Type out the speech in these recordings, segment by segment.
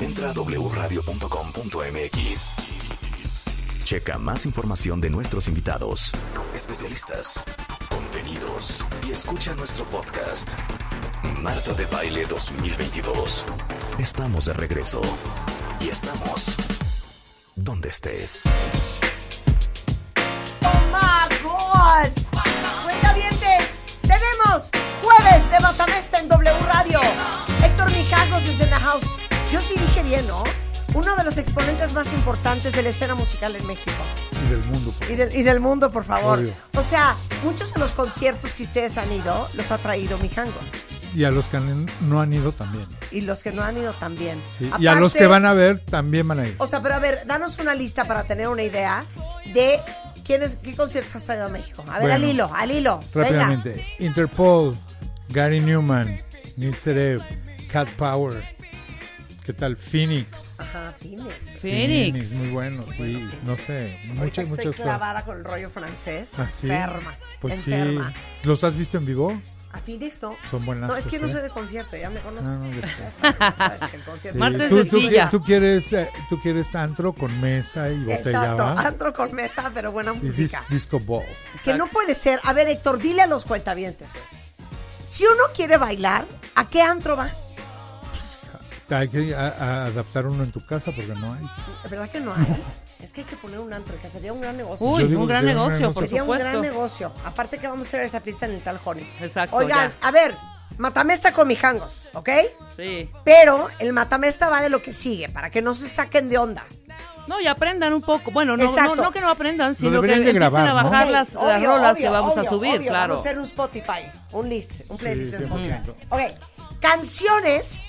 Entra a wradio.com.mx. Checa más información de nuestros invitados, especialistas, contenidos y escucha nuestro podcast. Marta de Baile 2022. Estamos de regreso. Y estamos donde estés. Oh my God. Cuentavientes, tenemos jueves de Matamesta en W Radio. Héctor Mijangos is in the house. Yo sí dije bien, ¿no? Uno de los exponentes más importantes de la escena musical en México y del mundo. por y del, y del mundo, por favor. Obvio. O sea, muchos de los conciertos que ustedes han ido los ha traído Mijangos. favor. Y a los que han- no han ido también. Y los que no han ido también. ¿sí? y a los que van a ver también van a ir. O sea, pero a ver, danos una lista para tener una idea de quiénes, qué conciertos has traído a México. A ver, Bueno. al hilo, al hilo. Venga. Rápidamente. Interpol, Gary Newman, Nitzerev, Cat Power. ¿Qué tal? Phoenix. Ajá, Phoenix. Fénix. muy bueno, sí. No sé. Ahorita Muchas, estoy muchas cosas. clavada con el rollo francés. ¿Ah, sí? Enferma. Pues enferma. sí. ¿Los has visto en vivo? A Phoenix no. Son buenas. No, es que yo no ¿eh? soy de concierto, ya me conoces. Ah, no, yo sé. Ya sabes, ya sabes que el Sí. concierto. Marta es ¿Tú, de tú qui- silla. tú quieres, eh, tú quieres antro con mesa y botella. Exacto, ¿va? antro con mesa, pero buena ¿eh? Y dis- música. disco ball. Que no puede ser. A ver, Héctor, dile a los cuentavientes, güey. Si uno quiere bailar, ¿a qué antro va? Hay que a- a adaptar uno en tu casa porque no hay. ¿Verdad que no hay? Es que hay que poner un antro, que sería un gran negocio. Uy, Yo digo un que gran sería un negocio, gran por negocio. Sería un gran supuesto. negocio. Aparte que vamos a hacer esa fiesta en el tal Honey. Exacto, Oigan, a ver, matamesta con mijangos, ¿ok? Sí. Pero el matamesta va de lo que sigue, para que no se saquen de onda. No, y aprendan un poco. Bueno, no, Exacto. no, no que no aprendan, sino que deberían de empiecen grabar, a ¿no? bajar Ey, las, las obvio, rolas obvio, que vamos a obvio, subir, obvio. claro. Vamos a hacer un Spotify, un list, un playlist en Sí, Spotify. 100%. Ok, canciones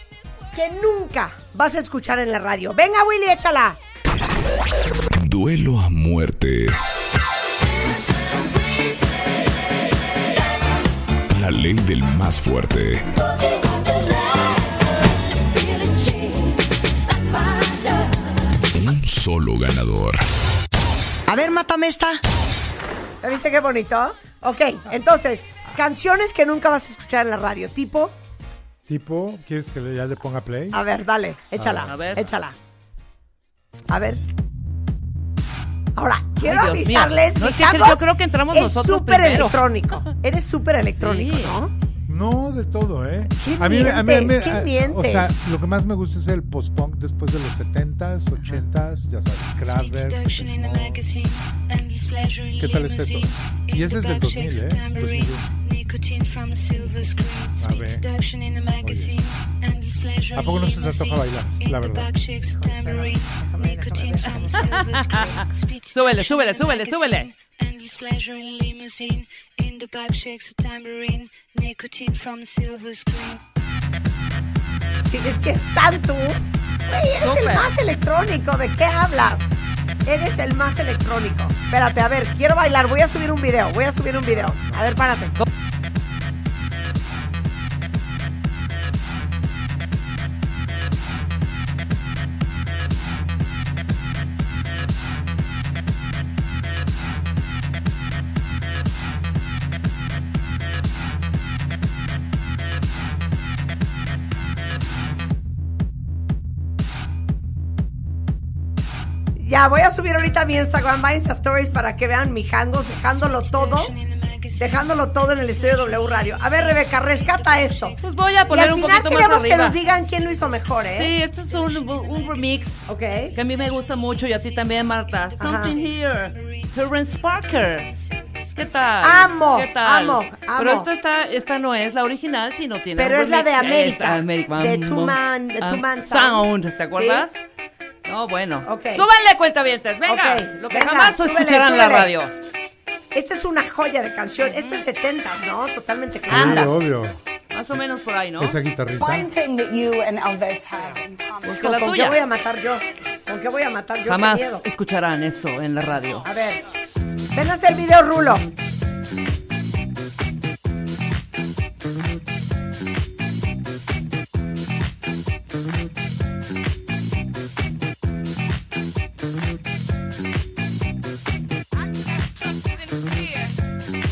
que nunca vas a escuchar en la radio. Venga, Willy, échala. Duelo a muerte. La ley del más fuerte. Un solo ganador. A ver, mátame esta. ¿Ya viste qué bonito? Ok, entonces, canciones que nunca vas a escuchar en la radio, tipo... Tipo, ¿quieres que le- ya le ponga play? A ver, dale, échala. A ver. Échala. A ver. Ahora, quiero Dios mío. avisarles, No, es que Mijangos, yo creo que entramos es nosotros súper primero. electrónico. Eres súper electrónico, Sí. ¿no? No, de todo, ¿eh? ¿Qué mientes? ¿Qué O sea, mientes? lo que más me gusta es el post-punk después de los 70s, 80s, ya sabes, Kraftwerk. Depeche Mode. ¿Qué tal está eso? Y ese es del 2000, ¿eh? 2001. A ver. ¿A poco no se te antoja bailar? La verdad. Súbele, súbele, súbele, súbele. Sí, es que es tan tú. Güey, eres el Súper. más electrónico. ¿De qué hablas? Eres el más electrónico. Espérate, a ver, quiero bailar. Voy a subir un video. Voy a subir un video. A ver, párate. Ya, voy a subir ahorita a mi Instagram, Vines a Stories, para que vean mi jangos, dejándolo todo. Dejándolo todo en el estudio W Radio. A ver, Rebeca, rescata esto. Pues voy a poner y al un final poquito más queremos que arriba. nos digan quién lo hizo mejor, ¿eh? Sí, esto es un, un remix Ok. que a mí me gusta mucho y a ti también, Marta. Something Here, Terrence Parker. ¿Qué tal? Amo, ¿Qué tal? amo, amo. Pero esta, está, esta no es la original, sino tiene Pero un es la de remix. Es América, América. de Two Man- de Two Man Sound. Sound. ¿Te acuerdas? Sí. No, bueno. Ok. Súbanle, cuentavientes. Venga. Ok, Lo que venga, jamás súbele, escucharán en la súbele. radio. Esta es una joya de canción. Esto es 70, ¿no? Totalmente Sí, claro. obvio. Más o menos por ahí, ¿no? Esa guitarrita. One thing that you and Elvis have in common. Busca la ¿Con qué tuya. voy a matar yo? ¿Con qué voy a matar yo? Qué Jamás miedo. escucharán eso en la radio. A ver. Ven a hacer el video, Rulo. I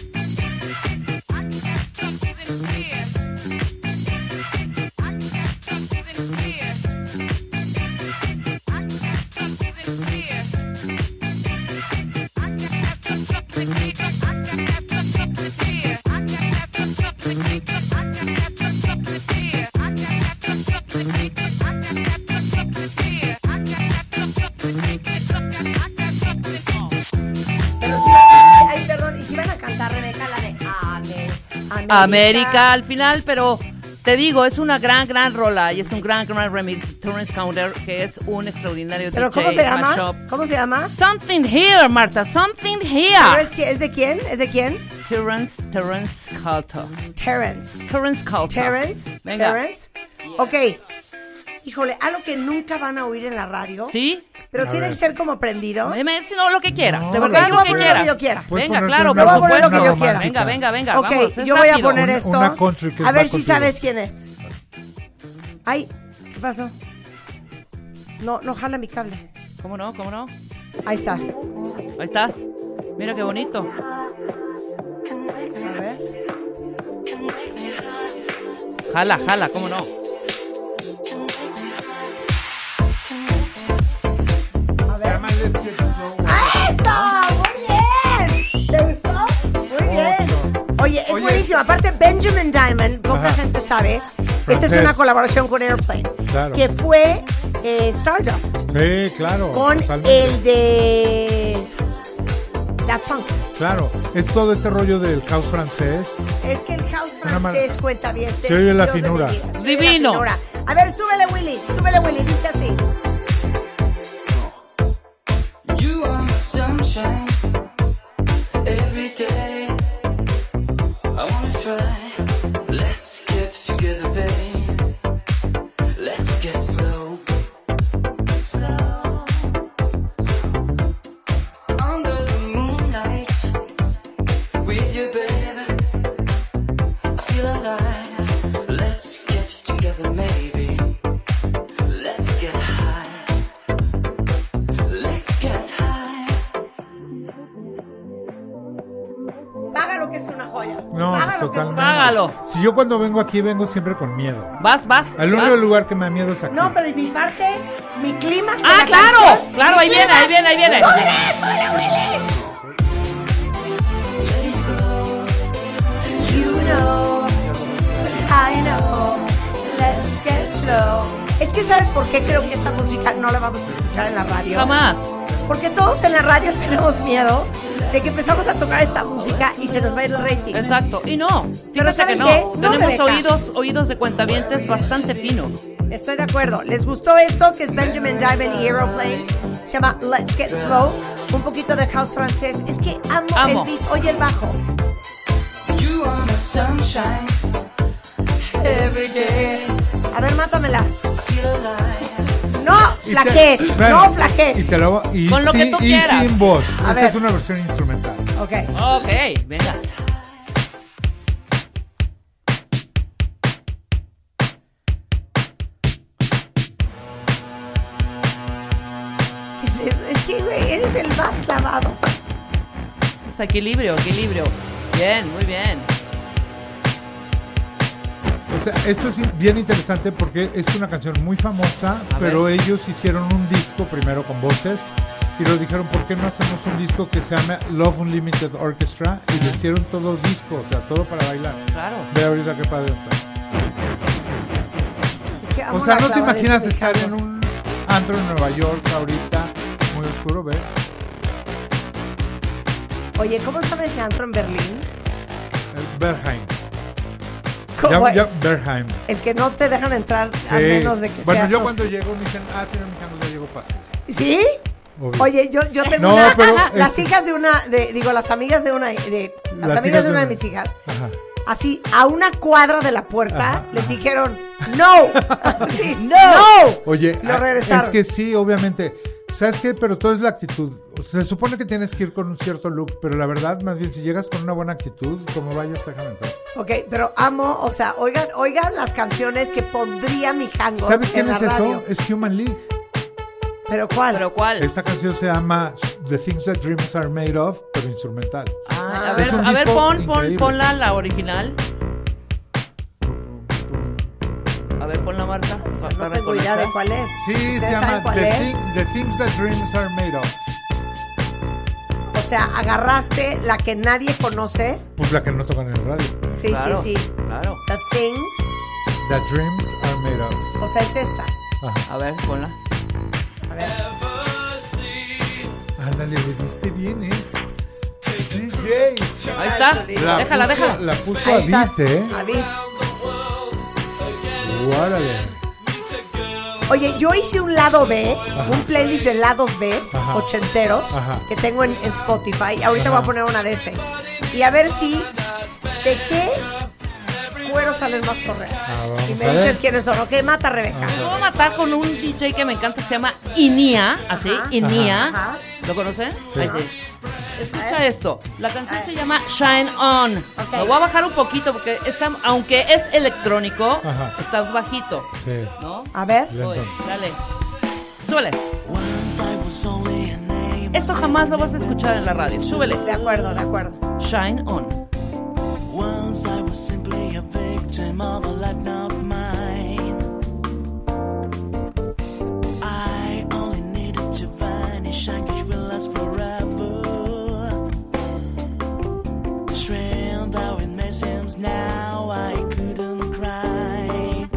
América. América al final, pero te digo, es una gran, gran rola y es un gran, gran remix. Terrence Counter, que es un extraordinario ¿Pero DJ cómo se llama? mashup. ¿Cómo se llama? Something here, Marta, something ¿Pero here. es, que- es de quién? ¿Es de quién? Terrence, Terrence Carter. Terrence. Terrence Carter. Terrence. Venga. Terrence. Ok. Híjole, algo que nunca van a oír en la radio. ¿Sí? Pero A tiene ver. que ser como prendido. Dime si no lo que quieras, de Ok, verdad yo lo voy a que poner quieras. lo que yo quiera. Puedes Venga, ponerte claro, una por Yo voy a poner supuesto. lo que yo quiera. Venga, venga, venga, ok, vamos. es yo voy a rápido. poner Una- esto. una country que a ver va si contigo. sabes quién es. Ay, ¿qué pasó? No, no jala mi cable. ¿Cómo no? ¿Cómo no? Ahí está. Ahí estás. Mira qué bonito. A ver. Jala, jala, ¿cómo no? A ver. Ah, ¡Eso! ¡Muy bien! ¿Te gustó? Muy bien. Oye, es Oye. eh, buenísimo. Aparte, Benjamin Diamond, poca Ajá. gente sabe, esta es Francés. una colaboración con Airplane, Claro. que fue eh, Stardust Sí, claro. con totalmente. el de La Funk. Claro, es todo este rollo del house francés. Es que el house Una mar- francés cuenta bien. Se oye la finura. Divino. A ver, súbele, Willy. Súbele, Willy. Dice así. You are my sunshine every day. I wanna try. Let's get together, babe. Let's get slow. Slow. Under the moonlight with you, babe. I feel alive. Let's get together, maybe. Let's get high. Let's get high. Págalo que es una joya. No, Págalo que es una totalmente. joya. Págalo. Si yo cuando vengo aquí vengo siempre con miedo. Vas, vas. El vas. único lugar que me da miedo es aquí. No, pero en mi parte, mi clímax. de Ah, la claro, canción, claro, mi ahí viene, clímax. ahí viene, ahí viene. ¡Súbele, súbele, Willy! You know, I know, let's get slow. Es que sabes por qué creo que esta música no la vamos a escuchar en la radio. Jamás. Porque todos en la radio tenemos miedo de que empezamos a tocar esta música y se nos va a ir el rating. Exacto. Y no, Pero fíjate ¿saben que no. qué? No, Tenemos Rebeca. oídos, oídos de cuentavientes bastante finos. Estoy de acuerdo. ¿Les gustó esto? Que es Benjamin Diamond y Aeroplane. Se llama Let's Get Slow. Un poquito de house francés. Es que amo, Amo. el beat. Oye el bajo. You are my sunshine. Every day A ver, mátamela. I feel alive. No Y flaquees. te- No espérame, Y flaquees. te lo y Con lo que sin- tú y quieras. sin voz. A Esta ver. es una versión instrumental. Ok. Ok, venga. Es, es- es que, güey, eres el más clavado. Ese Es equilibrio, equilibrio. Bien, muy bien. O sea, esto es in- bien interesante porque es una canción muy famosa, A pero ellos hicieron un disco primero con voces y lo dijeron, ¿por qué no hacemos un disco que se llama Love Unlimited Orchestra? Y le hicieron todo disco, o sea, todo para bailar. Claro. Ve ahorita qué padre. está. Es que amo O sea, la no te clavadez imaginas de mis estar en chavos. un antro en Nueva York ahorita, muy oscuro, ¿ves? Oye, ¿cómo sabe ese antro en Berlín? El Berheim. ¿Cómo? Ya, ya, Berheim. El que no te dejan entrar Sí. a menos de que bueno, seas, yo no cuando sé. llego me dicen, ah, sí, mi cambio, yo llego pásale. ¿Sí? Obvio. Oye, yo, yo tengo No, una. pero las es- hijas de una. de- digo, las amigas de una. de- las, Las amigas de hijas de una de una. mis hijas. Ajá. Así, a una cuadra de la puerta, Ajá, les ajá. dijeron: ¡No! Así, ¡No! Oye, Lo ah, regresaron. es que sí, obviamente. ¿Sabes qué? Pero todo es la actitud. O sea, se supone que tienes que ir con un cierto look, pero la verdad, más bien, si llegas con una buena actitud, como vayas, te dejan entrar. Ok, pero amo, o sea, oigan, oigan las canciones que pondría mi jangos ¿Sabes quién en es la radio. eso? Es Human League. ¿Pero cuál? ¿Pero cuál? Esta canción se llama The Things That Dreams Are Made Of, pero instrumental. Ah, Ah. a ver, Es un a ver, disco pon, pon, increíble. ponla la original. A ver, ponla, Marta. pa- no para tengo idea de reconocer. cuál es. Sí, ¿Ustedes se llama saben cuál The, es? Thing- The Things That Dreams Are Made Of. O sea, agarraste la que nadie conoce. Pues la que no tocan en el radio. Sí, Claro, sí, sí. Claro. The Things. The Dreams Are Made Of. O sea, es esta. Ajá. A ver, ponla. A ver. Ándale, le diste bien, ¿eh? Sí, DJ. Ahí está. La puso- déjala, déjala. La puso Ahí está. a beat, ¿eh? A Beat. Guárale. Oye, yo hice un lado B, un playlist de lados B, Ajá. ochenteros, Ajá. que tengo en, en Spotify. Ahorita voy Ajá. a poner una de ese. Y a ver si de qué cuero salen más correas. Ah, vamos y a me ver. dices quiénes son. Ok, mata Rebeca. Me voy a matar con un DJ que me encanta, se llama Inia, así, Ajá. Inia. Ajá. ¿Lo conocen? Sí. Ahí sí. Escucha esto, la canción se llama Shine On. Me voy a bajar un poquito porque está, aunque es electrónico, Ajá. estás bajito, Sí. ¿no? A ver. Lento. Oye, dale. Súbele. Esto jamás lo vas a escuchar en la radio. Súbele. De acuerdo, de acuerdo. Shine On. Once I was simply a victim of a life not mine. I only needed to vanish and catch will last forever. Strange though it may seem now I couldn't cry.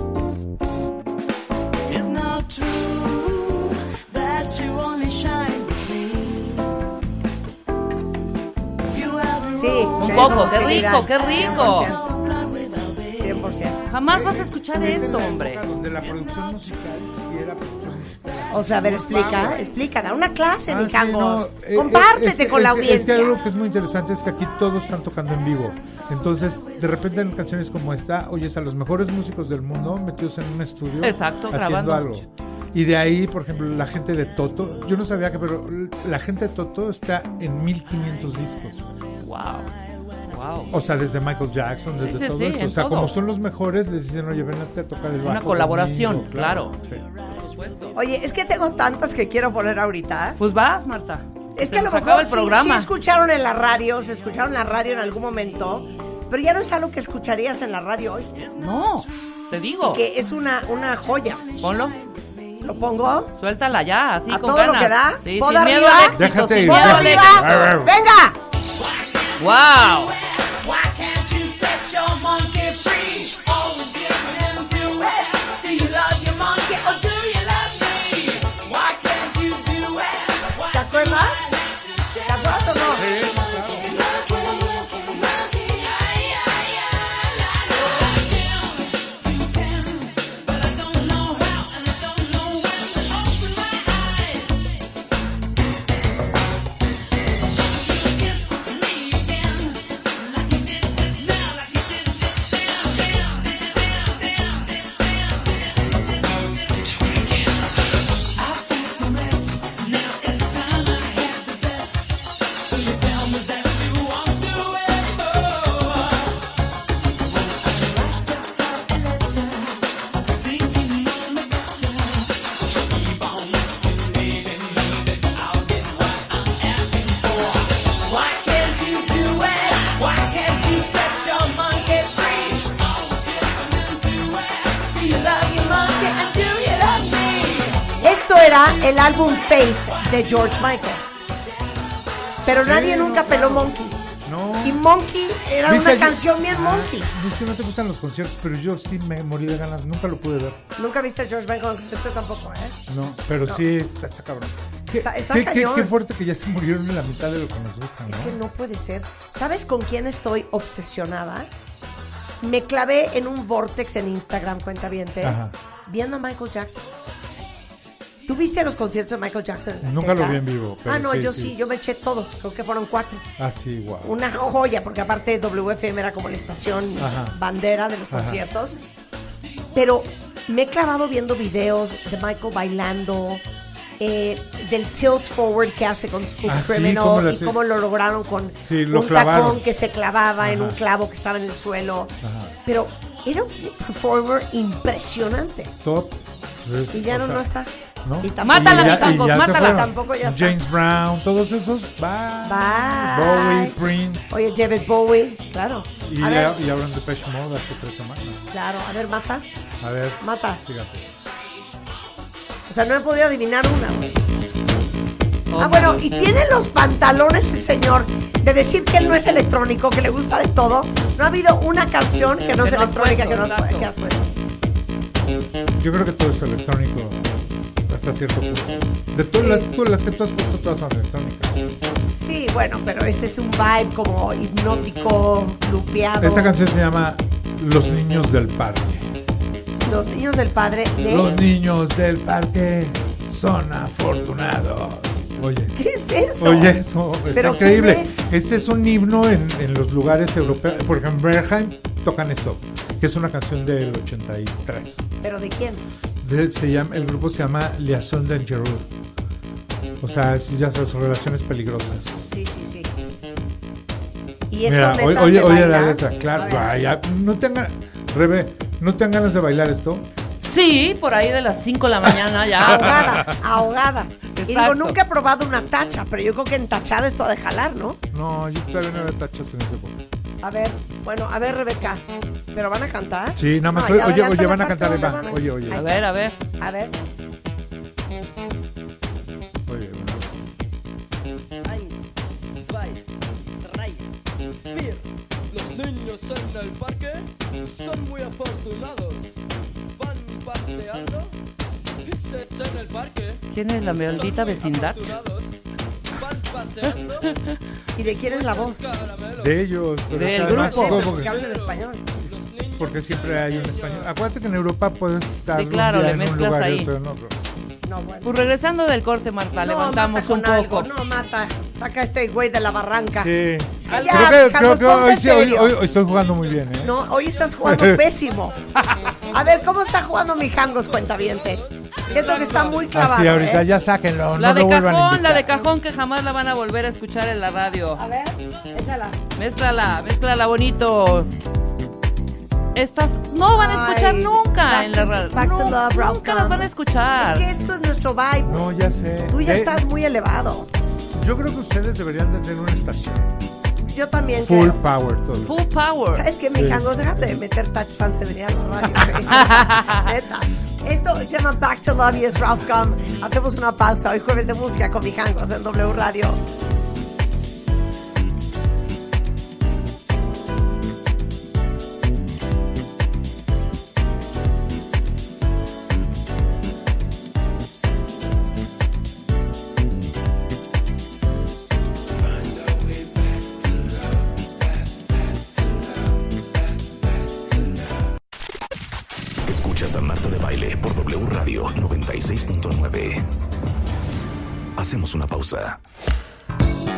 It's not true that you only shine with me. You have a Sí. Un Shine poco, On, qué Trinidad. rico, qué rico. 100%. Jamás vas a escuchar esto, este hombre. Donde la producción musical sí era producción musical. O sea, a ver, explica, explica, da una clase, mi mijangos. Ah, sí, no, eh, Compártete eh, es que- con la es que- audiencia. Es que algo que es muy interesante es que aquí todos están tocando en vivo. Entonces, de repente en canciones como esta, oyes a los mejores músicos del mundo metidos en un estudio Exacto, haciendo grabando. algo. Y de ahí, por ejemplo, la gente de Toto, yo no sabía que, pero la gente de Toto está en 1500 discos. Wow. Wow. O sea, desde Michael Jackson, desde sí, todo sí, eso. en O sea, todo. como son los mejores, les dicen, oye, ven a tocar el bajo. colaboración, conmigo", Oye, es que tengo tantas que quiero poner ahorita. Pues vas, Marta. Es Se que a lo nos mejor acaba el sí, programa. sí escucharon en la radio, se escucharon en la radio en algún momento, pero ya no es algo que escucharías en la radio hoy, No, te digo. que es una, una joya. Ponlo, Lo pongo. suéltala ya, así ¿A con todo ganas. lo que da? Sí, sin ¿Pod miedo arriba? al éxito, Déjate sin ir. miedo ¡Por Dale, al arriba! éxito. dale. ¡Venga! ¡Wow! Why can't you set your monkey free? Always giving in to it. Do you love your monkey or do you love me? Why can't you do it? Why ¿Te acuerdas? do ¿Te acuerdas o no? Why can't you do it? Why can't you set your monkey free? Do you love your monkey or do you love me? Esto era el álbum Faith de George Michael. Pero nadie nunca peló Monkey. No. Y Monkey era Dice una yo- canción bien Ah, Monkey. Es que no te gustan los conciertos, pero yo sí me morí de ganas. Nunca lo pude ver. Nunca viste a George Michael, esto tampoco, ¿eh? No, pero sí está, está cabrón. ¿Qué, Está- está qué- qué- cañón. qué fuerte que ya se murieron en la mitad de lo que nos gusta, ¿no? Es que no puede ser. ¿Sabes con quién estoy obsesionada? Me clavé en un vortex en Instagram, cuentavientes, Ajá. viendo a Michael Jackson. ¿Tú viste los conciertos de Michael Jackson? en la Nunca lo Azteca? vi en vivo, pero Ah, no, sí, yo sí. sí. yo me eché todos, creo que fueron cuatro. Ah, sí, guau. Una joya, porque aparte WFM era como la estación Ajá. bandera de los Ajá. conciertos. Pero me he clavado viendo videos de Michael bailando, eh, del tilt forward que hace con Spook Ah, sí, Criminal cómo lo y hace. cómo lo lograron con Sí, lo un clavaron. tacón que se clavaba en Ajá. un clavo que estaba en el suelo. Ajá. Pero era un performer impresionante. Top. Pues, Y ya o no, sea, no está. ¿no? Y tampoco- Mátala, Y ya- Mijangos, y ya se mátala. fueron. Tampoco ya está. James Brown, todos esos. Bye. Bowie, Bye. Prince. Oye, David Bowie, claro. Y, a ver, ya- y ahora en Depeche Mode hace tres semanas. claro, a ver, mata. A ver. Mata. Fíjate. O sea, no he podido adivinar una, güey. Ah, bueno, y tiene los pantalones el señor de decir que él no es electrónico, que le gusta de todo. No ha habido una canción que no Que es no has electrónica puesto, que, no has, exacto. que has puesto. Yo creo que todo es electrónico. hasta cierto punto. De todas las, todas las que tú has puesto, todas son electrónicas. Sí, bueno, pero ese es un vibe como hipnótico, lupeado. Esta canción se llama Los niños del parque. Los niños del padre de. Los niños del parque son afortunados. Oye. ¿Qué es eso? Oye, eso está ¿Pero qué increíble. ves? Este es un himno en, en los lugares europeos. Por ejemplo, en Berheim tocan eso, que es una canción del 83. ¿Pero de quién? De- se llama, el grupo se llama Liaison Dangereux. O sea, es- ya sabes, relaciones peligrosas. Sí, sí, sí. Y esto Mira, neta oye, se oye, oye la baila? letra, A claro. ver. vaya, no tengan, Rebe, no tengan ganas de bailar esto. Sí, por ahí de las 5 de la mañana ya. Ahogada, ahogada. Y digo, Exacto. nunca he probado una tacha, pero yo creo que en tachada esto de jalar, ¿no? No, yo todavía no había tachas en ese momento. A ver, bueno, a ver, Rebeca. ¿Pero van a cantar? Sí, nada más, No, ya oye, oye, adelanta la van a parte cantar, donde va, van a- oye, oye. Ahí A está. ver, a ver. A ver. Oye, bueno. Eins, zwei, drei, vier. Los niños en el parque son muy afortunados. Van paseando y se echan el parque. ¿Quién es la maldita Son muy vecindad? Pues afortunados. Van paseando. ¿Y de quién es la voz? caramelos. De ellos, pero Del es además grupo. todo Porque porque- hablan en español. Los niños Porque siempre en hay un ellos. español. Acuérdate que en Europa puedes estar Sí, claro, un día en le un mezclas lugar y ahí. otro en otro. Ah. No, bueno. Pues regresando del corte, Marta, No, levantamos mata con un poco. algo, No, mata. Saca a este güey de la barranca. Sí. que ya, creo que, Carlos, creo que hoy, ponte sí, hoy- serio. hoy- hoy estoy jugando muy bien, ¿eh? No, hoy estás jugando pésimo. A ver, ¿cómo está jugando mi jangos cuentavientes? Siento que está muy clavado. Así, ahorita ¿eh? ya sáquenlo. La no de lo vuelvan a cajón, la invitar. de cajón que jamás la van a volver a escuchar en la radio. A ver, échala. Mézclala, mézclala bonito. Estas no van a escuchar Ay, nunca Back en la to- radio. Back to Love, Nunca, Round las Come. van a escuchar. Es que esto es nuestro vibe. No, ya sé. Tú ya Eh, estás muy elevado. Yo creo que ustedes deberían de tener una estación. Yo también Full creo. power todo. Full power. ¿Sabes qué, mi Sí. jangos? Déjate de meter touch Sound, se venía a la radio. Neta. Esto se llama Back to Love y es Ralph Gum. Hacemos una pausa hoy jueves de música con mi jangos en W Radio. Escuchas a Marta de Baile por W Radio 96.9. Hacemos una pausa.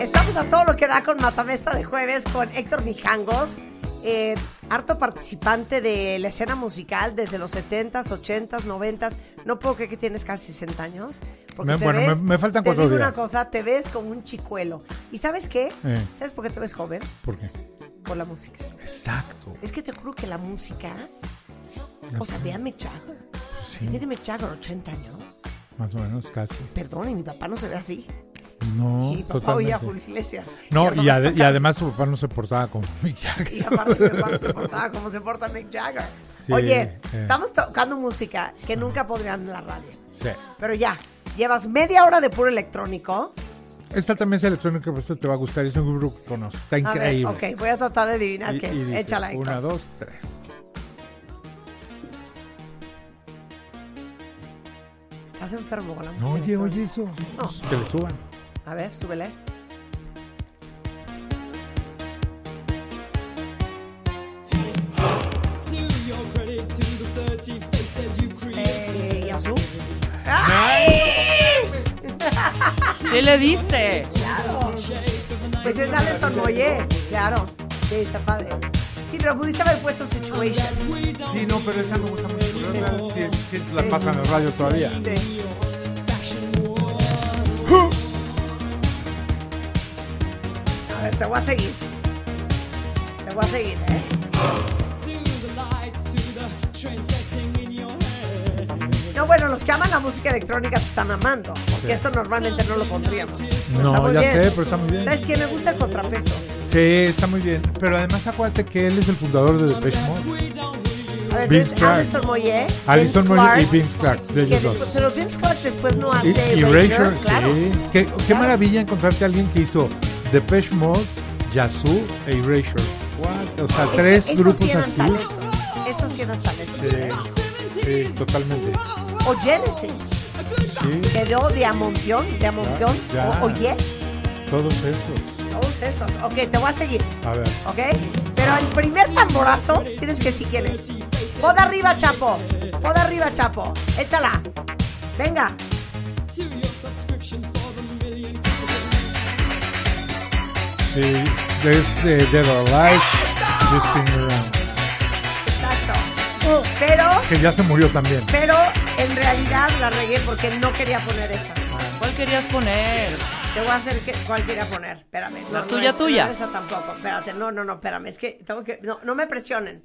Estamos a todo lo que da con Matamesta de jueves con Héctor Mijangos, eh, harto participante de la escena musical desde los 70s, 80s, 90s. No puedo creer que tienes casi 60 años. Porque Me- te bueno, me- ves- me faltan te cuatro digo días. una cosa, te ves como un chicuelo. ¿Y sabes qué? Eh. ¿Sabes por qué te ves joven? ¿Por qué? Por la música. Exacto. Es que te juro que la música... O sea, ve a Mick Jagger. Sí, ¿Qué tiene Mick Jagger? ¿80 años? más o menos, casi. Perdón, y mi papá no se ve así. No, Y mi papá oía a totalmente. Julio Iglesias. No, mi y, mamá ade- y tocaba además su papá no se portaba con Mick Jagger. Y aparte mi papá se portaba como se porta Mick Jagger. Sí, Oye, eh. estamos tocando música que nunca podrían en la radio. Sí. Pero ya, llevas media hora de puro electrónico. Esta también es electrónica, pero esta te va a gustar. Es un grupo que conoces. Está A increíble. ver, ok, voy a tratar de adivinar Y- qué y es. dices, Échala, Héctor. Una, dos, tres. Estás enfermo con la música. No, oye, electrónica. oye, eso. Pues, No. Que le suban. A ver, súbele. To your credit, to the 30 faces you created. Eh, y azul. ¡Ay! Sí le diste. Pues es Alison Moyer, claro. Sí, está padre. Sí, pero pudiste haber puesto Situation. Sí, no, pero esa me gusta mucho. Sí, sí, la pasan en el radio todavía. Sí. A ver, te voy a seguir. Te voy a seguir, ¿eh? To the lights, to the trend setting in your head. No, bueno, los que aman la música electrónica te están amando. Porque esto normalmente no lo pondríamos. Pero está No, muy ya bien. sé, pero está muy bien. ¿Sabes qué? Me gusta el contrapeso. Sí, está muy bien. Pero además acuérdate que él es el fundador de Depeche Mode. A ver, tienes Vince Clarke. Alison Moyer. Alison Vince Moyer y Clarke, Vince Clark. de que ellos después- dos. pero Vince Clark después no hace Y, y Erasure, Erasure, claro. sí. Qué, qué maravilla encontrarte a alguien que hizo Depeche Mode, Yazoo e Erasure. What? O sea, Es que tres esos grupos sí eran así. talentos. Esos sí eran talentos. Sí, sí, totalmente. O Genesis. Sí, Quedó de amontión, de amontión. Ya, ya. O, o yes. todos esos. Todos esos. Ok, te voy a seguir. A ver. ¿ok? Pero el primer tamborazo tienes que si quieres. Poda arriba, Chapo. Poda arriba, Chapo. Échala. Venga. to your subscription for the million. Sí, es eh, Dead or Alive, This Thing Around. Exacto. Pero, Que ya se murió también. pero en realidad la regué porque no quería poner esa. ¿Cuál querías poner? Te voy a hacer que, cuál quería poner. Espérame. La tuya, es- tuya. No es esa tampoco. Espérate. No, no, no. Espérame. Es que tengo que. No, no me presionen.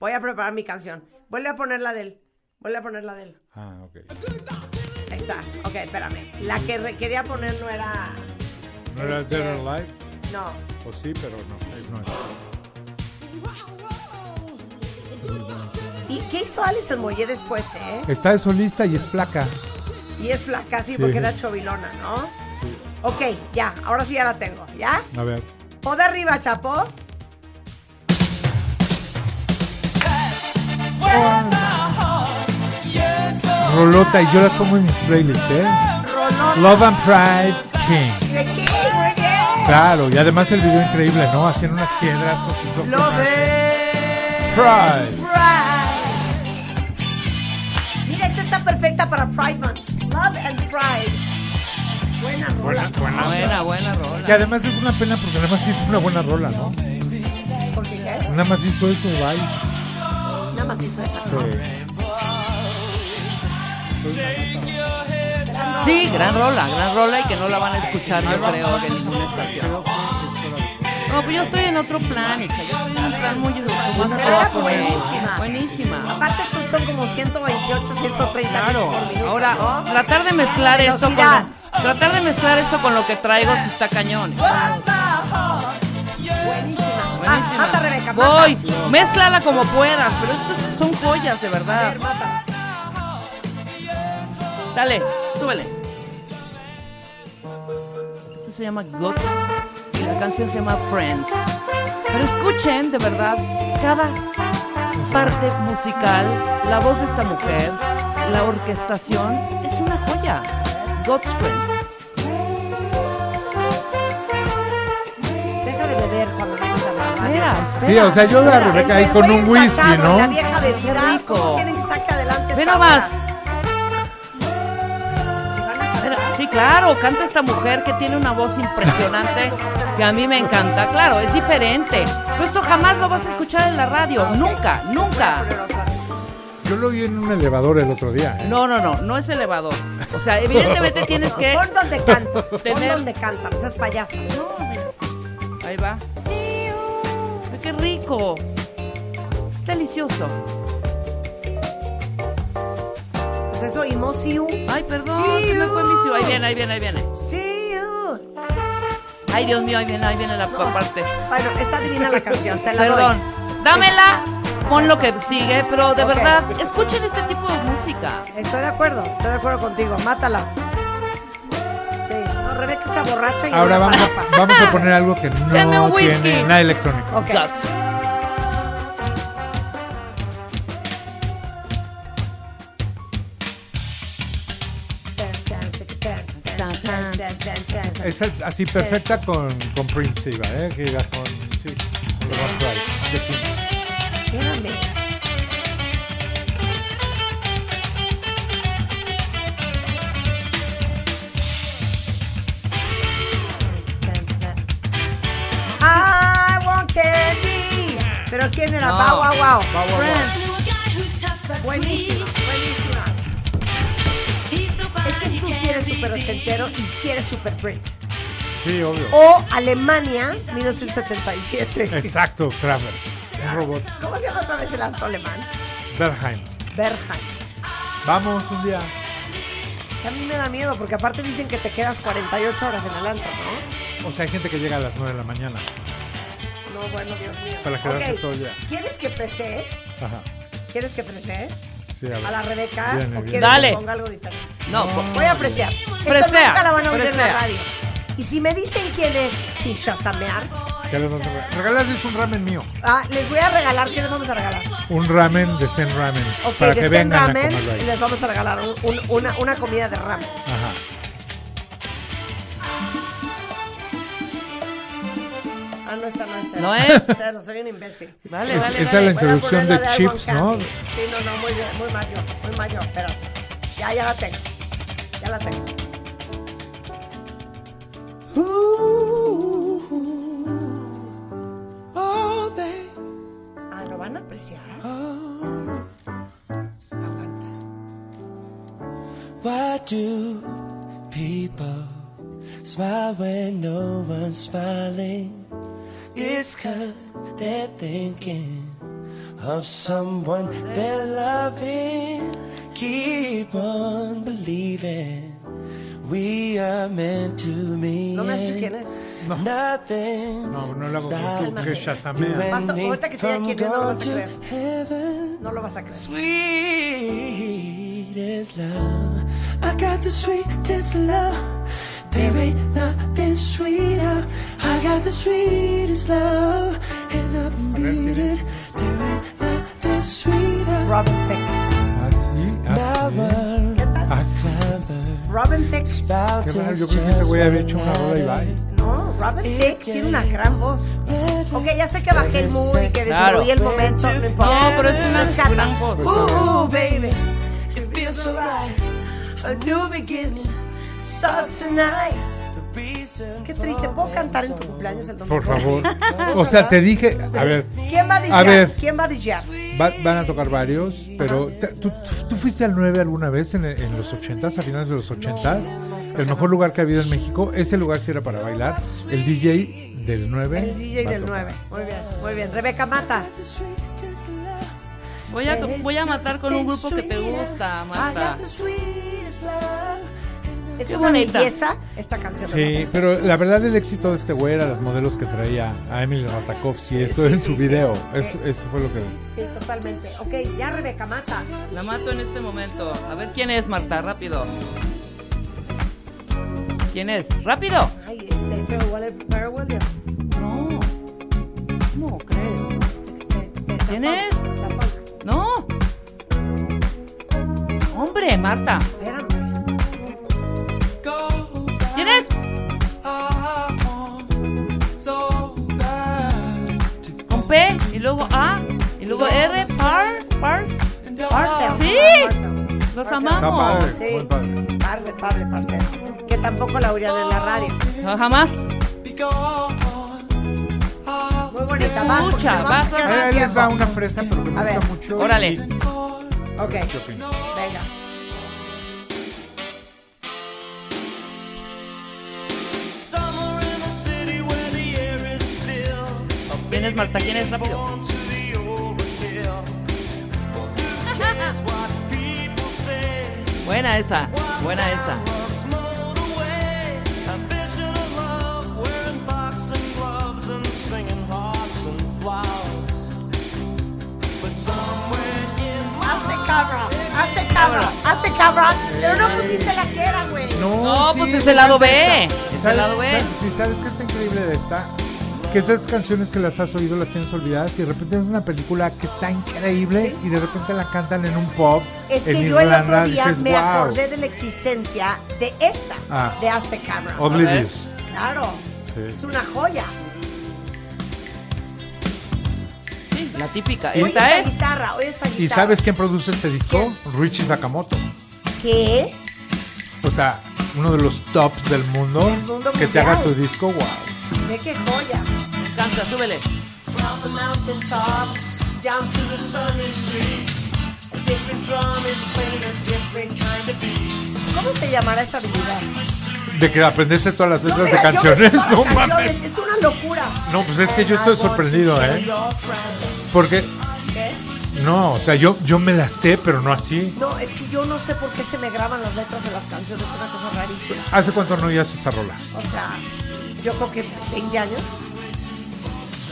Voy a preparar mi canción. Vuelve a poner la de él. Vuelve a poner la de él. Ah, ok. Ahí está. Ok, espérame. La que re- quería poner no era. ¿No era Este- Dead or Alive? No. O sí, pero no. no es. ¿Y qué hizo Alison Moyer después, eh? Está de solista y es flaca. Y es flaca, sí, Sí. porque era chovilona, ¿no? Sí. Ok, ya, ahora sí ya la tengo, ¿ya? A ver. Poda arriba, Chapo. Rolota, y yo la pongo en mis playlists, ¿eh? Rolón. Love and Pride King. De King, muy bien. Claro, y además el video increíble, ¿no? Haciendo unas piedras con sus ojos. Lo de. Pride. Pride. Mira, esta está perfecta para Pride Month. Love and Pride. Buena rola. Buena, buena rola. Que además es una pena porque nada más hizo una buena rola, ¿no? Porque qué? Nada más hizo eso, bye. Nada más hizo esa. ¿no? Sí. Sí, gran rola, gran rola y que no la van a escuchar, yo creo, que en ninguna estación. No, pues yo estoy en otro plan, hija. Yo estoy en un plan muy mucho más Era rock, güey. buenísima. Buenísima. Aparte, estos son como 128, 130 Claro. por minuto, Oh, Ahora, ¿no? tratar de mezclar esto con Velocidad. lo- tratar de mezclar esto con lo que traigo si está cañón. Buenísima. Más, Buenísima. mata, Rebeca. mata. Voy, mezclala como puedas, pero estas son joyas de verdad. Mata. Dale, súbele. Esto se llama Guts y la canción se llama Friends. Pero escuchen, de verdad, cada parte musical, la voz de esta mujer, la orquestación, es una joya. God's Friends. Deja de beber cuando no estás hablando. Mira, espera. Sí, o sea, yo la El Rebeca ahí del con güey un whisky, empachado, ¿no? La vieja bebida, Qué rico. ¿cómo quieren que saque adelante Ve esta nomás. obra? ¿Van a cantar? Pero, sí, claro, canta esta mujer que tiene una voz impresionante que a mí me encanta. Claro, es diferente. Pero Esto jamás lo vas a escuchar en la radio. Nunca, nunca. Pero otra vez. Yo lo vi en un elevador el otro día, ¿eh? No, no, no, no es elevador. O sea, evidentemente tienes que. Pon donde canta, pon Tener- donde canta, no seas payaso. Ahí va. Ay, ¡Qué rico! Es delicioso. Pues eso, y mo, see you. Ay, perdón, Sí, se me fue mi uh. ciudad. Ahí viene, ahí viene, ahí viene. See you. Ay, Dios mío, ahí viene, ahí viene la parte. Bueno, está divina la canción, te la Perdón. doy. Dámela, pon lo que sigue, pero de Ok. verdad, escuchen este tipo de música. Estoy de acuerdo, estoy de acuerdo contigo, mátala. Sí, no, Rebeca está borracha y Ahora una vamos a, palapa. vamos a poner algo que Denme un no whisky. tiene nada electrónico. Ok. Guts. Es así perfecta con, con Prince iba, ¿eh? Que iba con... Sí, con Love and Pride, de King. Espérame. I want candy. Pero quién era? No. Bow wow wow. Bow Wow Wow. Friends. Knew a guy who's tough but Buenísima, sweet. buenísima. He's so fine, Es que he tú si can't eres be super ochentero beat. y si eres super Brit. Sí, obvio. Oh. O Alemania, 1977. Exacto, Kramer. Un robot. ¿Cómo se llama otra vez el astro alemán? Bernheim. Bergheim. Vamos un día. Que a mí me da miedo, porque aparte dicen que te quedas 48 horas en el antro, ¿no? O sea, hay gente que llega a las 9 de la mañana. No, bueno, Dios mío. Para quedarse Ok, todo el día. ¿Quieres que presee? Ajá. ¿Quieres que presee? Sí, a, ver. ¿A la Rebeca? Viene, ¿O viene. quieres Dale. que ponga algo diferente? No, Voy a apreciar. Esta Presea, nunca la van a oír en la presea. radio. Y si me dicen quién es, sin shazamear, ¿Qué les vamos a regalar? Regalarles un ramen mío. ah, les voy a regalar, ¿qué les vamos a regalar? Un ramen de Zen Ramen. Ok, para de que Zen vengan a Ramen comerlo ahí. les vamos a regalar un- un- una, una comida de ramen. Ajá. Ah, no, esta no es cero. No es. Cero, soy un imbécil. Vale, Es- vale, esa vale. la introducción Voy a de poner la chips, Iron ¿no? Candy. Sí, no, no, muy bien, muy mayor, muy mayor, pero ya, ya la tengo. Ya la tengo. Oh, babe. Ah, lo van a apreciar. Oh, Aguanta. why do people smile when no one's smiling? It's cause they're thinking of someone they're loving. Keep on believing we are meant to meet. No me has dicho quién es. Nothing. No, no lo hago con tu- que shazamean. Paso, ahorita que te diga quién es, no lo vas a creer. Heaven. No lo vas a creer. Sweet is love. I got the sweetest love. There ain't nothing sweeter. I got the sweetest love. Ain't nothing ver, ¿quién beat it. There ain't nothing sweeter. Robin Thicke. Así, así. Never, así. never. Robin Thicke. About Qué raro, to yo creo que ese just güey había hecho una run rola y out bye. No, Robin Thicke tiene una gran voz. of Ok, ya sé que bajé el mood y que Claro. destruí el momento. No, importa. No, pero es una Me encanta. gran voz. Ooh, baby, it feels so right. A new beginning starts tonight. The reason Qué triste, ¿puedo cantar en tu cumpleaños el domingo? Por favor. O sea, te dije, a ver, ¿Quién va a A DJear? ver. ¿Quién va a DJear? va- van a tocar varios, pero te- ¿tú, tú- tú fuiste al 9 alguna vez en, en los 80s, a finales de los 80s? El mejor lugar que ha habido en México, ese lugar sí era para bailar. El DJ del 9. El DJ va a del tocar. 9. Muy bien, muy bien. Rebeca Mata. Voy a, voy a matar con un grupo que te Ah, gusta, Marta. Es Qué una bonita. belleza esta canción. Sí, pero la verdad el éxito de este güey era los modelos que traía a Emily Ratajkowski, eso en su video, eso, eso fue lo que... Sí, totalmente. Ok, ya Rebeca Mata. La mato en este momento. A ver quién es, Marta, rápido. ¿Quién es? ¡Rápido! Ay, este, Farewell, Farewell Williams. No. ¿Cómo crees? Este, este, ¿Quién Daft es? Punk, Daft Punk. ¡No! ¡Hombre, Marta! Espérame. go ¿Quién es? on so bad. Con P y luego A y luego R, par, pars. Parcels. ¡Sí! Parcels. Los Parcels. Está amamos. padre, Sí. muy padre. Padre, padre, Parcels. Que tampoco la oían en la radio. No, jamás. Be gone. I Muy bonita. Vas, porque se Escucha, nos vas, vamos a quedar vas, sin Ahí les tiempo. va una fresa, pero que me Ah, A gusta ver. mucho. Órale. Ok, ¿Qué opinas? venga. Somewhere in the city where the air is still. ¿Quién es, Marta? ¿Quién es? Rápido. Born to the overkill. Well, who cares what people say? Buena esa. Buena esa. Love's motorway. A vision of love, wearing boxing gloves and singing hearts and flowers. But somewhere in Hazte cabra, hazte cabra, hazte cabra. Pero no pusiste la que era, güey. No, sí, pues es el lado B. esta. Es el ¿Sabes- lado B. sa- Sí, ¿sabes qué está increíble de esta? Que esas canciones que las has oído las tienes olvidadas y de repente es una película que está increíble y de repente la cantan en un pop. Es en que yo el otro Irlanda, día dices, me "Wow". acordé de la existencia de esta, Ah. de Hazte cabra. Oblivious. Claro, Sí. es una joya. La típica. Hoy Esta es. guitarra, hoy esta guitarra. ¿Y sabes quién produce este disco? Richie Sakamoto. qué? O sea, uno de los tops del mundo. Del mundo que te mundial. haga tu disco, wow. ¿De qué joya? Canta, súbele. From the mountain tops down to the sunny streets. A different drum is playing a different kind of beat. ¿Cómo se llamará esa habilidad? De que aprenderse todas las letras de mira, yo me sé canciones, todas no las mames. canciones, Es una locura. No, pues es que yo estoy sorprendido, ¿eh? Porque, ¿Qué? no, o sea, yo, yo me la sé, pero no así. No, es que yo no sé por qué se me graban las letras de las canciones, es una cosa rarísima. ¿Hace cuánto no oías esta rola? O sea, yo creo que 20 años.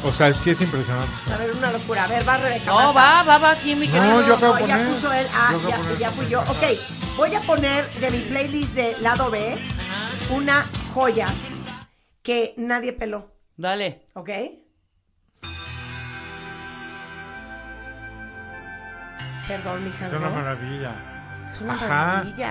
O sea, sí es impresionante. A ver, una locura. A ver, va Rebeca. Mata. No, va, va, va aquí, mi querido. No, yo acabo de ya poner. puso él. Ah, Yo acabo de ya, poner. ya fui yo. Ok, voy a poner de mi playlist de lado B una joya que nadie peló, Dale. ¿ok? Perdón, mija. Es una Ross. maravilla. Es una Ajá. maravilla.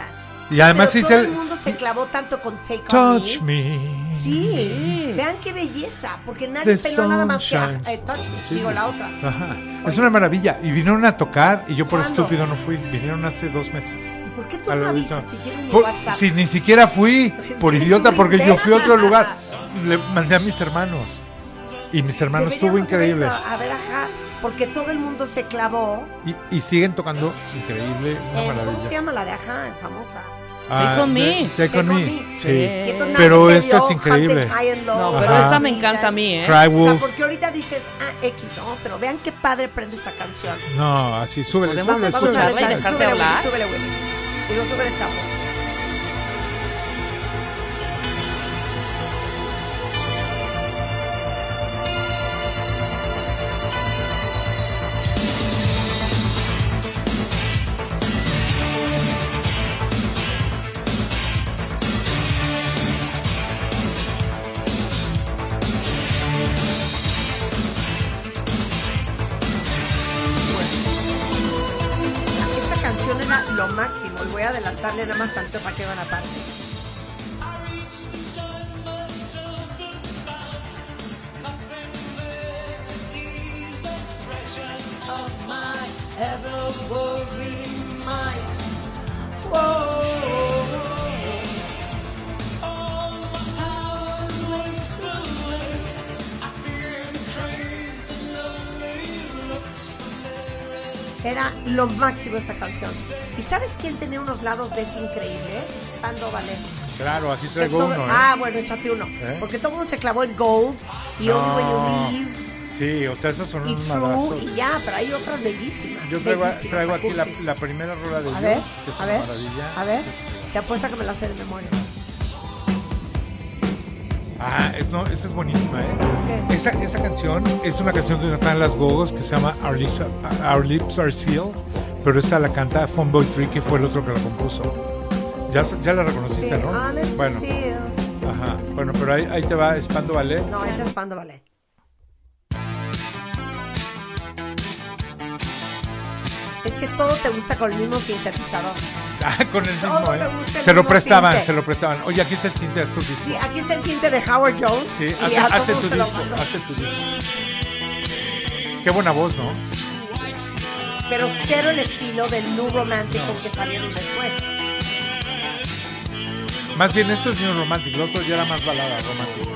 Y además pero hice todo el- el mundo se clavó tanto con Take On Touch Me. me. Sí, vean qué belleza, porque nadie The peló nada más que a- sunshine. eh, Touch Me, digo la otra. Ajá. Es una maravilla. Y vinieron a tocar y yo por ¿Cuándo? estúpido no fui. Vinieron hace dos meses. ¿Y por qué tú Al no Auditorio. avisas si tienes mi Por- WhatsApp? si ni siquiera fui, Es por que eres idiota, un porque yo fui a otro imbécil. lugar. Le mandé a mis hermanos. Y mis hermanos estuvo Deberíamos haber increíble. ido A ver, ajá, porque todo el mundo se clavó Y, y siguen tocando increíble. Una en, maravilla. Eh, ¿cómo se llama la de ajá, en famosa? Ah, Take on de- me. Take, on me. Sí. Sí. Y entonces Pero nadie esto es vio increíble. Hunting High and Low, Eh, No, pero Ajá. esta me encanta a mí, ¿eh? Cry O sea, Wolf. porque ahorita dices, ah, X, no, pero vean qué padre prende esta canción. No, así, súbele. ¿Podemos súbele, Vamos a escucharla súbele, y ver, súbele. Charlie, dejarte súbele, Willy, hablar? súbele, Willy. Digo, súbele, chavo. Esta canción era lo máximo y voy a adelantarle nada más tanto para que van a parte. Era lo máximo esta canción. ¿Y sabes quién tenía unos lados B increíbles? Spando Ballet. Claro, así Que traigo todo- uno. ¿eh? Ah, bueno, échate uno. ¿Eh? Porque todo el mundo se clavó en Gold y No. Only When You Leave Sí, o sea, esos son y unos True madrazos. y ya, pero hay otras bellísimas. Yo traigo, bellísimas, traigo aquí la, Takushi. la primera rola de A ellos, ver, que es a una ver, maravilla. a ver. Te apuesto a que me la sé de memoria. Ah, es- no, esa es buenísima, ¿eh? ¿Qué es? Esa, esa canción es una canción que cantan las Gogos que se llama Our Lips, Our Lips Are Sealed, pero esta la canta Funboy Free, que fue el otro que la compuso. Ya, ya la Sí, reconociste, ¿no? honest Bueno, feel. ajá. Bueno, pero ahí, ahí te va Espando Ballet. No, esa es Pando Ballet. Es que todo te gusta con el mismo sintetizador. Ah, con el mismo, Todo ¿eh? te gusta el Se lo mismo prestaban, cinte. se lo prestaban. Oye, aquí está el cinte de tu disco. Sí, aquí está el cinte de Howard Jones. Sí, y hace, a hace todos tu se lo disco, pasó. hace tu disco. Qué buena voz, ¿no? Pero cero el estilo del New Romantic que salieron después. Más bien, esto es New Romantic, lo otro ya era más balada romántica.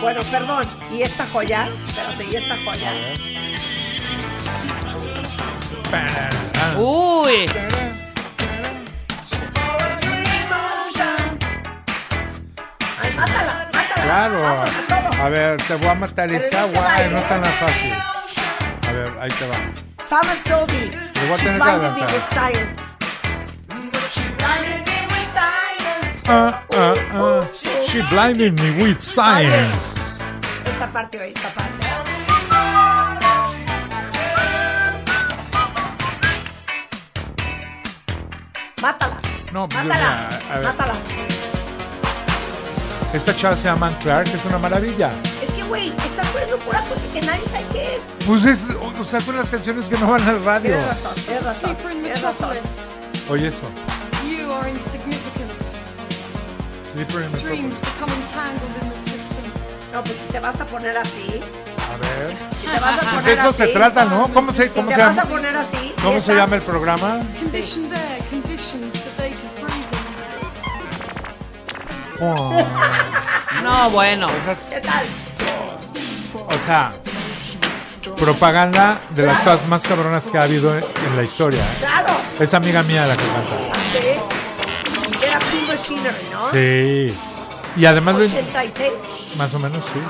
Bueno, perdón. ¿Y esta joya? Espérate, ¿y esta joya? Uy. ¡Ay, mátala! ¡Mátala! Claro. Vamos a todo. A ver, te voy a matar Pero esta no se guay, baile. no es tan fácil. A ver, ahí te va. Thomas Dolby. Le voy a She tener blinded que me adelantar. with science. Ah, ah, ah. She blinded me with science. Esta parte hoy, esta parte. Mátala. No, pues yo mátala. ya, a ver. Mátala. Esta chava se llama Ann Clark, es una maravilla. Es que, güey, estás poniendo pura cosa que nadie sabe qué es. Pues es, o sea, son las canciones que no van al radio. Tienes razón, tienes razón. Sleeper in Tienes razón. metropolis. Oye eso. You are insignificant. Sleeper in Metropolis. Dreams become entangled in the system. No, pues si te vas a poner así, A ver. si te vas a poner De eso así, se trata, ¿no? ¿Cómo se, Si cómo te se vas a llama? poner así. ¿Cómo esta- se llama el programa? Conditioned air, conditioned sedated breathing. Oh, No, bueno. esas- ¿Qué tal? o sea, propaganda de las cosas más cabronas que ha habido en, en la historia. ¿eh? Claro, Es amiga mía la que canta. así. Era Pink Machinery, ¿no? Sí. Y además, lo- 86. más o menos, sí.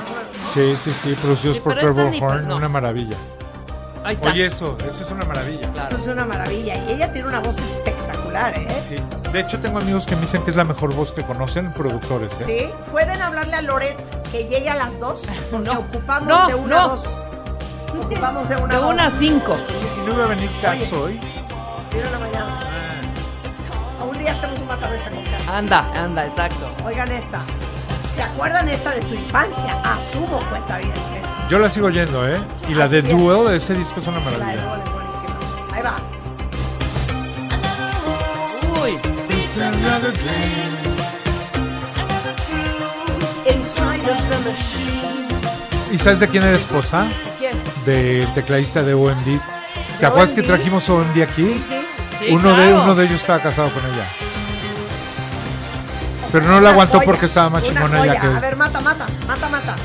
Sí, sí, sí, producidos Sí, por pero Trevor esta ni- Horn, no. una maravilla. Ahí está. Oye, eso, eso es una maravilla. Eso es una maravilla. Y ella tiene una voz espectacular, ¿eh? Sí. De hecho, tengo amigos que me dicen que es la mejor voz que conocen, productores. ¿eh? Sí. Pueden hablarle a Loret que llegue a las 2 porque ocupamos No, de una a no. dos. Ocupamos de una De a una a dos. cinco. ¿Y no iba a venir Cats hoy? Mira la mañana. Un día hacemos un matamesta con Carlos. Anda, anda, exacto. Oigan esta. ¿Se acuerdan esta de su infancia? Asumo cuenta bien. Yo la sigo oyendo, ¿eh? Y Ah, la de Duel, ese disco es una maravilla. Ahí va. Uy, Inside of the machine. ¿Y sabes de quién era esposa? ¿Quién? Del tecladista de OMD. ¿Te acuerdas que OMD? trajimos OMD aquí? Sí, sí. sí, Uno de, claro. uno de ellos estaba casado con ella. Pero no la Una aguantó joya, porque estaba más una chingona ella joya. que A ver, mata, mata, mata, mata.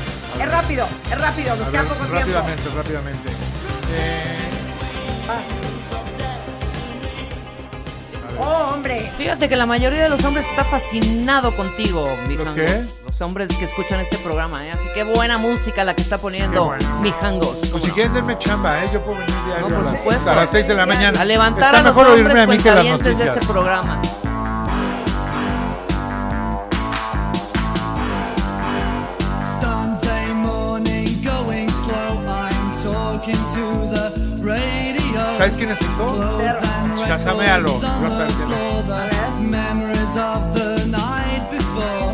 Es rápido, es rápido, nos A queda ver, poco tiempo. rápidamente, rápidamente. Eh, Vas. Oh, hombre. Fíjate que la mayoría de los hombres está fascinado contigo, mi ¿Los Hango. qué? Los hombres que escuchan este programa, ¿eh? Así que buena música la que está poniendo Qué bueno. mi Hangos. ¿cómo pues si no? quieren denme chamba, ¿eh? Yo puedo venir diario No, por a, las, supuesto. a las 6 de la mañana. A levantar Está a los mejor oírme hombres a mí que las cuentavientes de noticias. este programa. Sunday morning, going slow. I'm talking to the radio. ¿Sabes quién es eso? Chasamealo. Vas a ver quién es. Memories of the night before.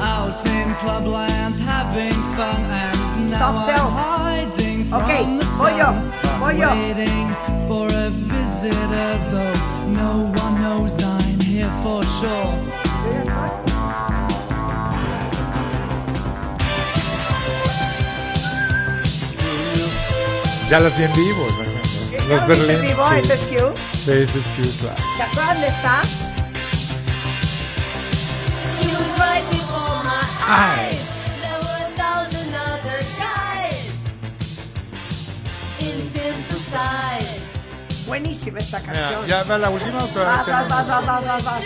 Out in clubland, having fun, and now Soft sell. I'm hiding from Ok, the voy yo, sun. voy yo. Waiting for a visitor, though no one knows I'm here for sure. Ya las vi en vivo. por ejemplo. ¿Ya lo Los viste en Berlín. vivo sí. ese es Q? Sí, ese es Q, claro. ¿Se acuerdan de esta? Buenísima esta Mira, canción. ya va la última otra Vas, vez. vas, vas, vas, vas, vas, vas.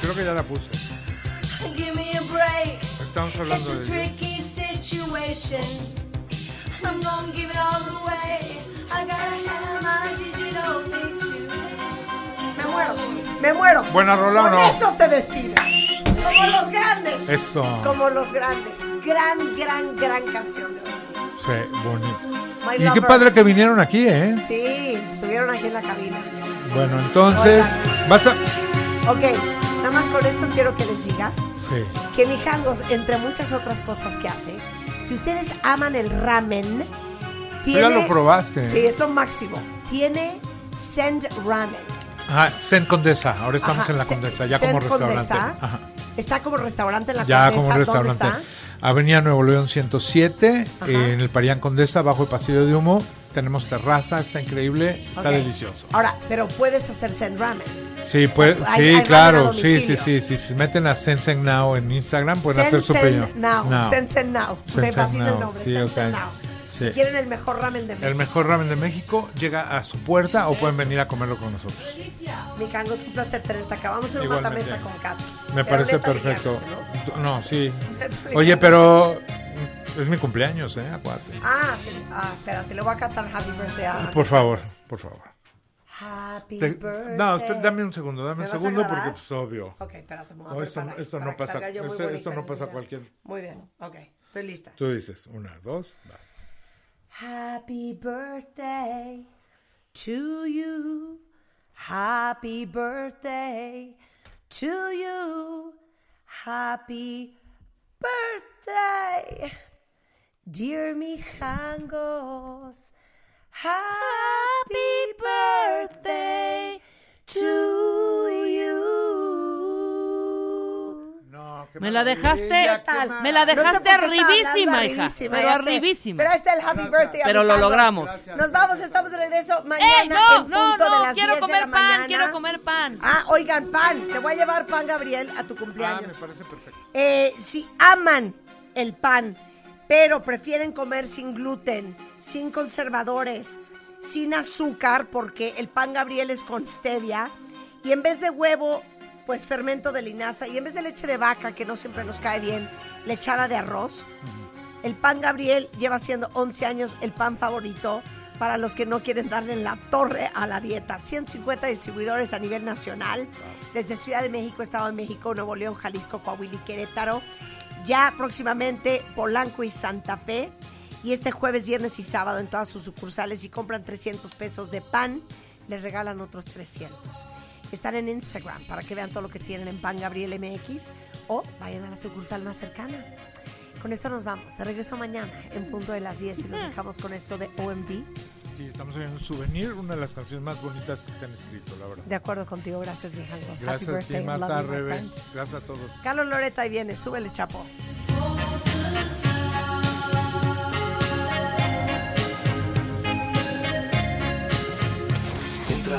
Creo que ya la puse. Give me a break. Estamos hablando It's a de. tricky situation. I'm gonna give it all away. I gotta have my digital things to Me muero, me muero. Buena rola, Con ¿o no? eso te despido. Como los grandes. Eso. Como los grandes. Gran, gran, gran canción de hoy. Sí, bonito. My Y qué Lover. padre que vinieron aquí, ¿eh? Sí, estuvieron aquí en la cabina. Bueno, entonces. Vas a. Ok, nada más con esto quiero que les digas Sí. que Mijangos, entre muchas otras cosas que hace, si ustedes aman el ramen, tiene... ya lo probaste. Sí, es lo máximo. Tiene Send Ramen. Ajá, Zen Condesa. Ahora estamos Ajá, en la Zen- Condesa, ya Zen como restaurante. Condesa. Ajá. Está como restaurante en la Ya Condesa. como restaurante. ¿Dónde está? Avenida Nuevo León 107, Ajá. en el Parián Condesa, bajo el pasillo de humo. Tenemos terraza, está increíble, está Ok. delicioso. Ahora, pero puedes hacer Zen Ramen. Sí, pues, hay- hay sí, ramen a claro, sí, sí, domicilio. sí, sí. Si se meten a Sensen Now en Instagram, pueden Sen hacer su Sen pedido. Now, Now. Sen Sen Now. Sen Me Sen fascina el Now, nombre. sí, Sen o Sen sea, Now. sí. Si quieren el mejor ramen de México. El mejor ramen de México llega a su puerta o pueden venir a comerlo con nosotros. Mi Cango, es un placer tenerte acá. Vamos a ir a una Igualmente. matamesta con Katz. Me Pero parece neta, mi perfecto. Cango, ¿no? No, sí. Neta, mi Oye, Cango. pero es mi cumpleaños, ¿eh? Acuérdate. Ah, te- ah, espérate, le voy a cantar Happy Birthday a... Por favor, por favor. Happy Te- Birthday. no, espera, dame un segundo, dame ¿Me un vas a segundo grabar? porque pues obvio. Ok, espérate, me voy a No, esto, preparar esto para no que salga pasa, yo muy esto- esto bonita en no el pasa video. cualquier. Muy bien, ok, estoy lista. Tú dices, una, dos, va. Happy birthday to you. Happy birthday to you. Happy birthday, dear Mijangos. Happy birthday to you. No, qué Me la maravilla, dejaste- qué tal? me la maravilla. dejaste sé por qué estaba arribísima, hablando hija, arribísima, pero ya sé. arribísima. Pero ahí está el happy birthday. Pero lo amigos. logramos. Nos vamos, estamos de regreso mañana ¡Ey, Eh, no! en punto No, de no, las quiero 10 de la comer pan, mañana. quiero comer pan. Ah, oigan, pan. Te voy a llevar pan, Gabriel, a tu Ah, me cumpleaños. parece perfecto. Eh, si aman el pan, pero prefieren comer sin gluten, sin conservadores, sin azúcar, porque el pan Gabriel es con stevia, y en vez de huevo, pues fermento de linaza, y en vez de leche de vaca, que no siempre nos cae bien, lechada de arroz, el pan Gabriel lleva siendo 11 años el pan favorito para los que no quieren darle en la torre a la dieta. 150 distribuidores a nivel nacional, desde Ciudad de México, Estado de México, Nuevo León, Jalisco, Coahuila y Querétaro. Ya próximamente Polanco y Santa Fe. Y este jueves, viernes y sábado en todas sus sucursales y compran 300 pesos de pan. les regalan otros 300. Están en Instagram para que vean todo lo que tienen en Pan Gabriel MX o vayan a la sucursal más cercana. Con esto nos vamos. De regreso mañana en punto de las 10 y nos dejamos con esto de OMD. Sí, estamos en un souvenir, una de las canciones más bonitas que se han escrito, la verdad. De acuerdo contigo, gracias, Mijangos. Happy Gracias, birthday, Tim, I love hasta you, my Rebe. friend. Gracias a todos. Carlos Loreta ahí viene, súbele, chapo. Entra